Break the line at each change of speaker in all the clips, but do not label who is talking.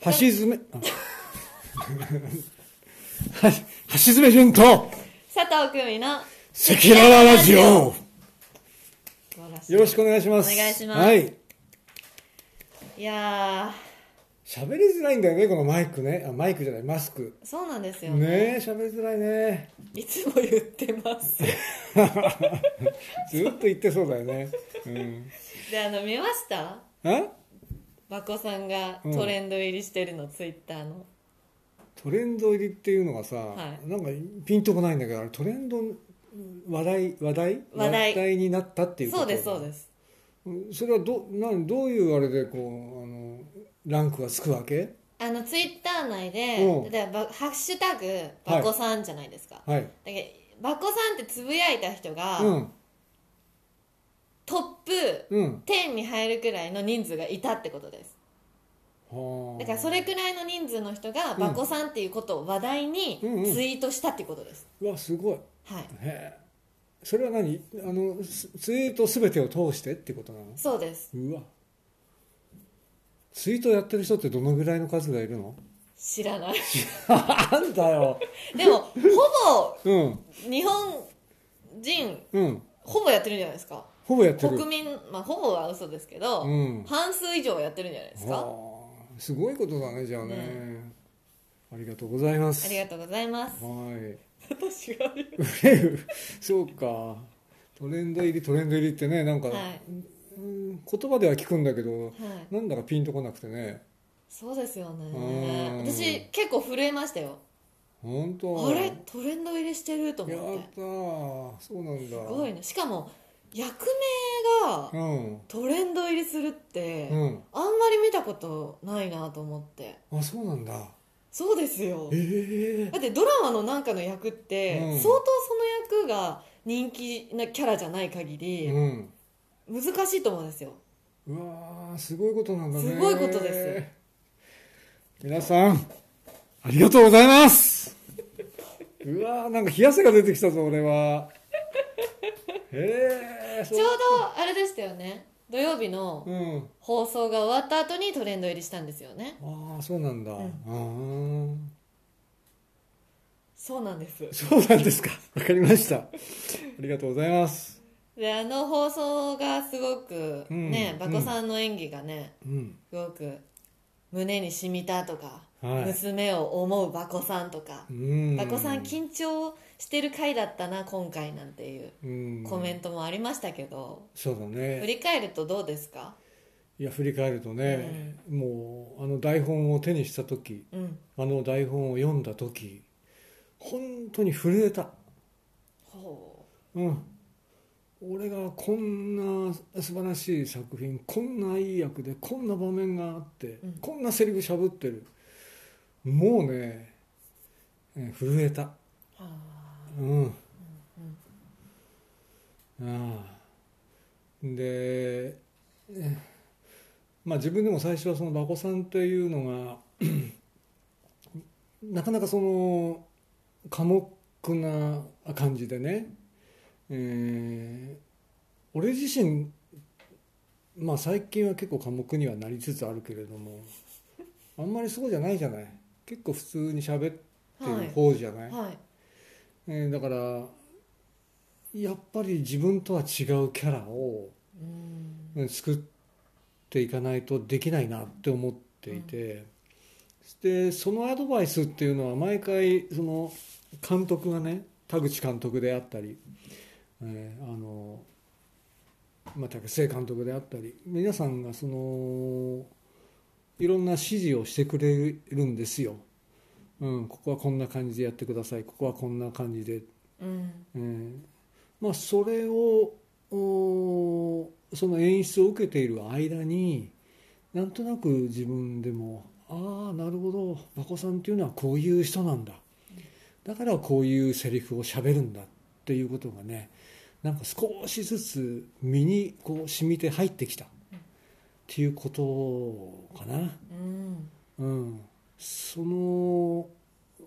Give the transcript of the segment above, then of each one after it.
橋爪、あは橋爪淳と、
佐藤久美のよ
赤裸々ラ ジオよろし
く
くお願いします。
お願いします
はい。
いや
喋りづらいんだよね、このマイクね。あ、マイクじゃない、マスク。
ーそうなんですよね
ねえ、喋りづらいね。
いつも言ってます
ずっと言ってそうだよね。うん。
であの見ました
あ
和子さんがトレンド入りしてるの、ツイッターの
トレンド入りっていうのがさ、
はい
なんかピンとこないんだけど、あれトレンド、話題、話題
話題
になったっていうこ
そ
と
うですそうです
うんそれはどなんどういうあれでこうあのランクがつくわけ
あのツイッター内で
うん
例えばハッシュタグ和子さんじゃないですか、
はい、
だけど和子さんってつぶやいた人が、
うん
トップ
うん
10に入るくらいの人数がいたってことです
はあ
だからそれくらいの人数の人が
うん
バコさんっていうことを話題に
うんうん
ツイートしたっていうことです、
うわすごい
はい
へえそれは何あのスツイート全てを通してってことなの
そうです
うわツイートやってる人ってどのぐらいの数がいるの
知らない
なんだよ
でもほ
うん
ぼ日本人
うん
ほぼやってるんじゃないですか
ほぼやってる
国民まあほぼは嘘ですけど、
うん
半数以上はやってるんじゃないですか
はあすごいことだねじゃあね、ありがとうございます
ありがとうございます
はい
私が悪い
そうかトレンド入りトレンド入りってねなんか、
はい、
うん言葉では聞くんだけど
はい、
なんだかピンとこなくてね
そうですよ
うん
ね私結構震えましたよ
本当
あれトレンド入りしてると
や
思っ
ってたーそうなんだ
すごいねしかも役名が
うん
トレンド入りするって、
うん
あんまり見たことないなと思って
あそうなんだ
そうですよ
ええ
だってドラマのなんかの役って、
うん
相当その役が人気なキャラじゃない限り、
うん
難しいと思うんですよ
うわーすごいことなんだね
すごいことです
皆さんありがとうございますうわーなんか冷や汗が出てきたぞ俺はへえ
ちょうどあれでしたよね土曜日の
うん
放送が終わった後にトレンド入りしたんですよね
ああそうなんだ、
ん
うん、
そうなんです
そうなんですかわかりましたありがとうございます
であの放送がすごく
うん
ね、
うん
バコさんの演技がね
うん
すごく胸に染みたとか、
はい
娘を思うバコさんとか
うん
バコさん緊張してる回だったな今回なんていう
うん
コメントもありましたけど、
そうだ
振
ね
り返るとどうですか
いや振り返るとね、もうあの台本を手にした時
うん
あの台本を読んだ時本当に震えた
ほ
うん俺がこんな素晴らしい作品こんないい役でこんな場面があって、
うん
こんなセリフしゃぶってるもうねえ震えた
うあ
うん、ああでえまあ自分でも最初はその馬子さんというのが なかなかその寡黙な感じでね、えー俺自身まあ最近は結構寡黙にはなりつつあるけれどもあんまりそうじゃないじゃない結構普通に喋って
は
る
い
方じゃない、
はい
えーだからやっぱり自分とは違うキャラを
うん
うん作っていかないとできないなって思っていて、でそのアドバイスっていうのは毎回その監督がね田口監督であったり、えーあのまあ、武井監督であったり皆さんがそのいろんな指示をしてくれるんですよ、うん、ここはこんな感じでやってくださいここはこんな感じで
うん
えーまあ、それをおーその演出を受けている間になんとなく自分でもああなるほど眞子さんっていうのはこういう人なんだだからこういうセリフをしゃべるんだっていうことがねなんか少しずつ身にこう染みて入ってきたっていうことかな。
うん
うん、その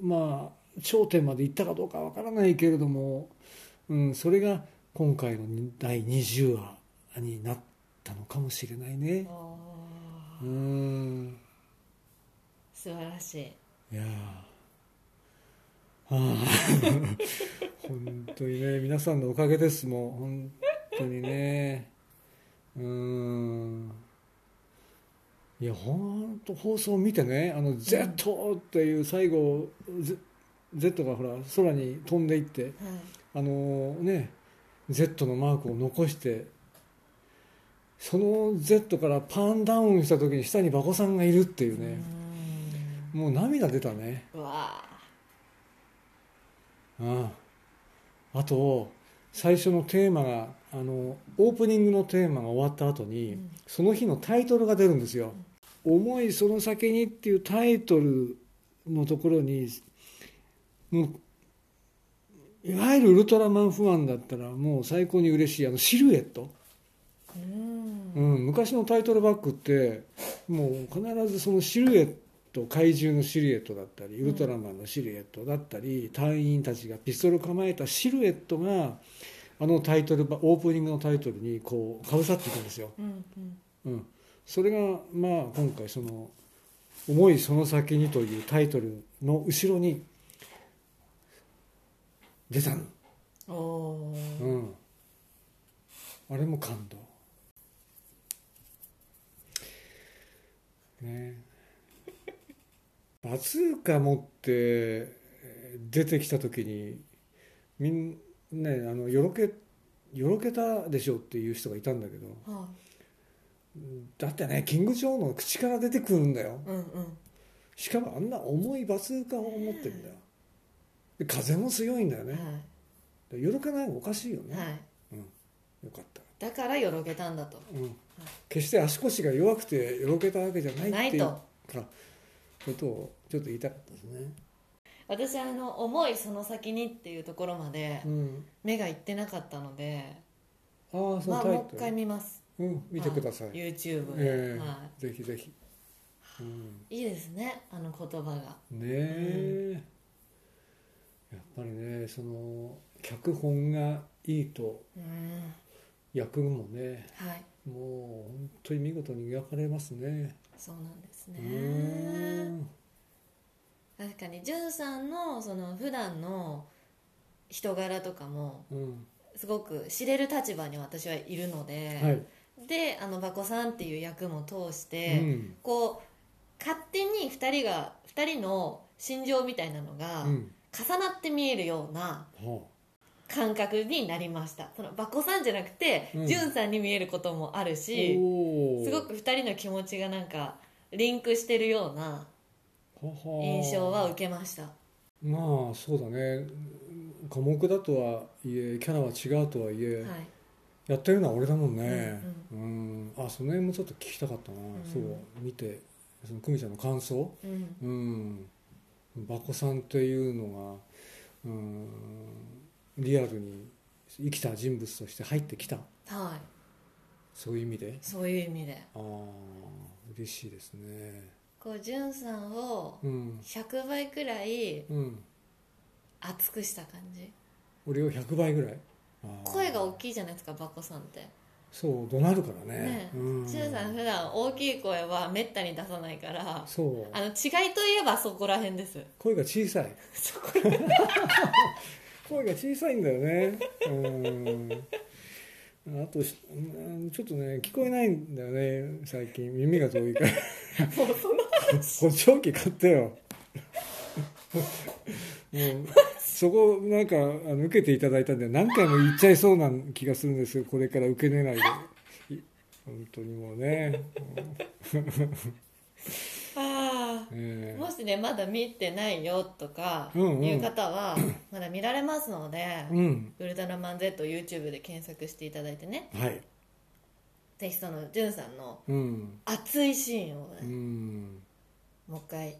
まあ頂点まで行ったかどうかわからないけれども、うん、それが今回の第20話になったのかもしれないね
あ
うん
素晴らしい
いやーあー 本当にね皆さんのおかげですもう本当にねうーんいや本当放送を見てねあの Z っていう最後、Z- Z がほら空に飛んでいって
はい
あのね Z のマークを残してその Z からパンダウンした時に下に馬子さんがいるっていうね、もう涙出たね
うーんうわあ
あああと最初のテーマがあのオープニングのテーマが終わった後に、
うん
その日のタイトルが出るんですよ「思いその先に」っていうタイトルのところにもういわゆるウルトラマンファンだったらもう最高に嬉しいあのシルエット、
うーん
うん、昔のタイトルバックってもう必ずそのシルエット怪獣のシルエットだったりウルトラマンのシルエットだったり、隊員たちがピストルを構えたシルエットがあのタイトルばオープニングのタイトルにこうかぶさっていくんですよ、
うんうん
うん、それがまあ今回その「思いその先に」というタイトルの後ろに出たの、
おー
うん、あれも感動ねえバズーカ持ってえー出てきた時にみんねあのよろけよろけたでしょっていう人がいたんだけど
は
だってねキング・ジョーの口から出てくるんだよ
いうんうん
しかもあんな重いバズーカを持ってるんだよで風も強いんだよね
は
でよろけないのおかしいよ
い
ね、
はい
よかった
だからよろけたんだと
うん、決して足腰が弱くてよろけたわけじゃない
ない
っていう
と
からことをちょっと言いたかったですね。
私あの「思いその先に」っていうところまで
うん、
目がいってなかったので
ああそ
ま
の
あ
タ
もう
イ
一
ト
回
ル、
見ます
うん、見てください。
はい YouTube
ええ
は
ぜひぜひ。うん、
いいいですねあの言葉が
ねえ、やっぱりねその脚本がいいと
うん
役もね
はい
もう本当に見事に描かれますね。
そうなんです
う
ね
ん
確かにじゅんさんのその普段の人柄とかも
うん、
すごく知れる立場に私はいるので、
はい。
であのバコさんっていう役も通し
う
て、
ん、
こう勝手に2人が2人の心情みたいなの
う
が
ん、
重なって見えるような
は
感覚になりましたそのバコさんじゃなくて、
うん
ジュンさんに見えることもある
あ、
し
おー
すごく2人の気持ちがなんかリンクしてるような
はは
印象は受けました
まあそうだね科目だとはいえキャラは違うとはいえ、
はい
やってるのは俺だもんねうん、あその辺もちょっと聞きたかったな、
ん
そう見てその久美ちゃんの感想
うん
うん馬子さんっていうのが、うん、リアルに生きた人物として入ってきた
はい
そういう意味で
そういう意味で
ああ嬉しいですね
こうジュンさんを
うん
100倍くらい
うん
熱くした感じ
俺を100倍ぐらいあー
声が大きいじゃないですかバコさんって
そう怒鳴るからね
ね
うん、
しゅんさん普段大きい声はめったに出さないから
そう
あの違いといえばそこら辺です
声が小さい
そこ
声が小さいんだよねうんあとしうんちょっとね聞こえないんだよね最近耳が遠いから
もうそ の
補聴器買ってよ もうそこなんかあの受けていただいたんで何回も言っちゃいそうな気がするんですけどこれから受けれないでい本当にもうね、うん
ああ
ええ
もしねまだ見てないよとかい
うんうん
う方はまだ見られますので「
うん
ウルトラマン Z」YouTube で検索していただいてね
はい
ぜひそのジュンさんの
うん
熱いシーンをね、
うん
もう一回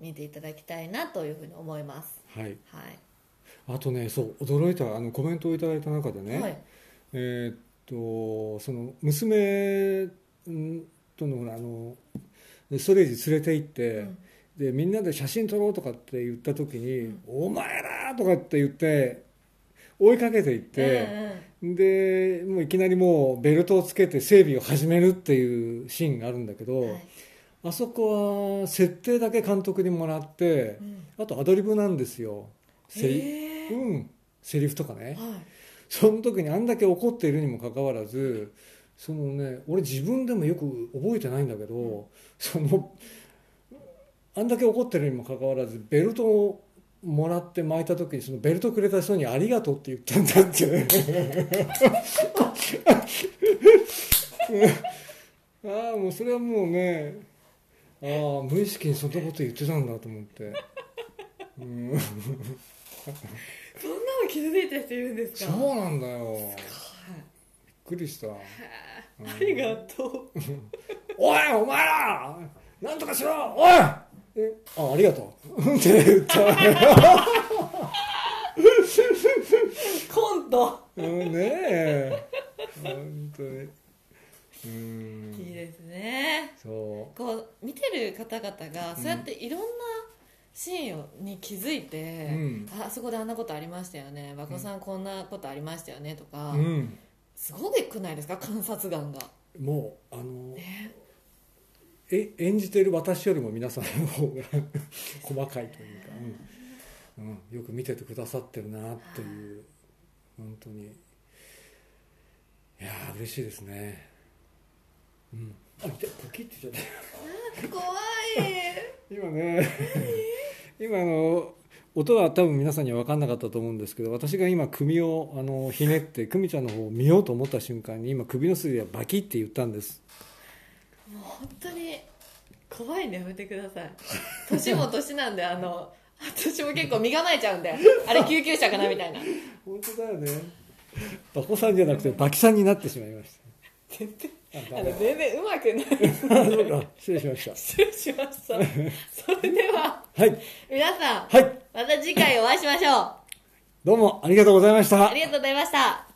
見ていただきたいなというふうに思います
はい
はい、
あとねそう驚いたあのコメントをいただいた中でね、
はい、
えーっとその娘んとのほらあのストレージ連れて行って、
うん
でみんなで写真撮ろうとかって言った時に「
うん
お前ら!」とかって言って追いかけていって、でもういきなりもうベルトをつけて整備を始めるっていうシーンがあるんだけど、
うんうんはい
あそこは設定だけ監督にもらって
うん
あとアドリブなんですよセリ,、
えー
うん、セリフとかね
はい
その時にあんだけ怒っているにもかかわらずそのね俺自分でもよく覚えてないんだけど、
うん
そのあんだけ怒ってるにもかかわらずベルトをもらって巻いた時にそのベルトくれた人に「ありがとう」って言ったんだって ああもうそれはもうねああ無意識にそんなこと言ってたんだと思って、うん、
そんなの気づいた人いるんです
そ
か
うなんだよびっ
はい
くりした。うん
ありが とう
おいお前らなんとかしろおいえあありがとうって言った、
コント
うん、ねえ本当にうん
いいですね
そ
こう見てる方々がそうやっていろんなシーンをに気づいて、
うん
ああそこであんなことありましたよね和子さんこんなことありましたよねと
う
か、
うん
すごくないですか観察眼が
もうあの
ね
え演じている私よりも皆さんの方が細かいというか、うんうん、よく見ててくださってるなっていう本当にいやー嬉しいですねうんあでポキッて言っちゃった
怖い
今ね 今あの音は多分皆さんには分かんなかったと思うんですけど私が今首をあのひねって久美ちゃんの方を見ようと思った瞬間に今首の筋がバキって言ったんです
もう本当に怖いんでやめてください年も年なんであの私も結構身構えちゃうん であれ救急車かなみたいな
本当だよねバコさんじゃなくてバキさんになってしまいまし
全然
たあ
あ
ダメ
の全然うまくな
だ
い
そうか失礼しました
失礼しましたそれでは
はい
皆さん
はい
また次回お会いしましょう
どうもありがとうございました
ありがとうございました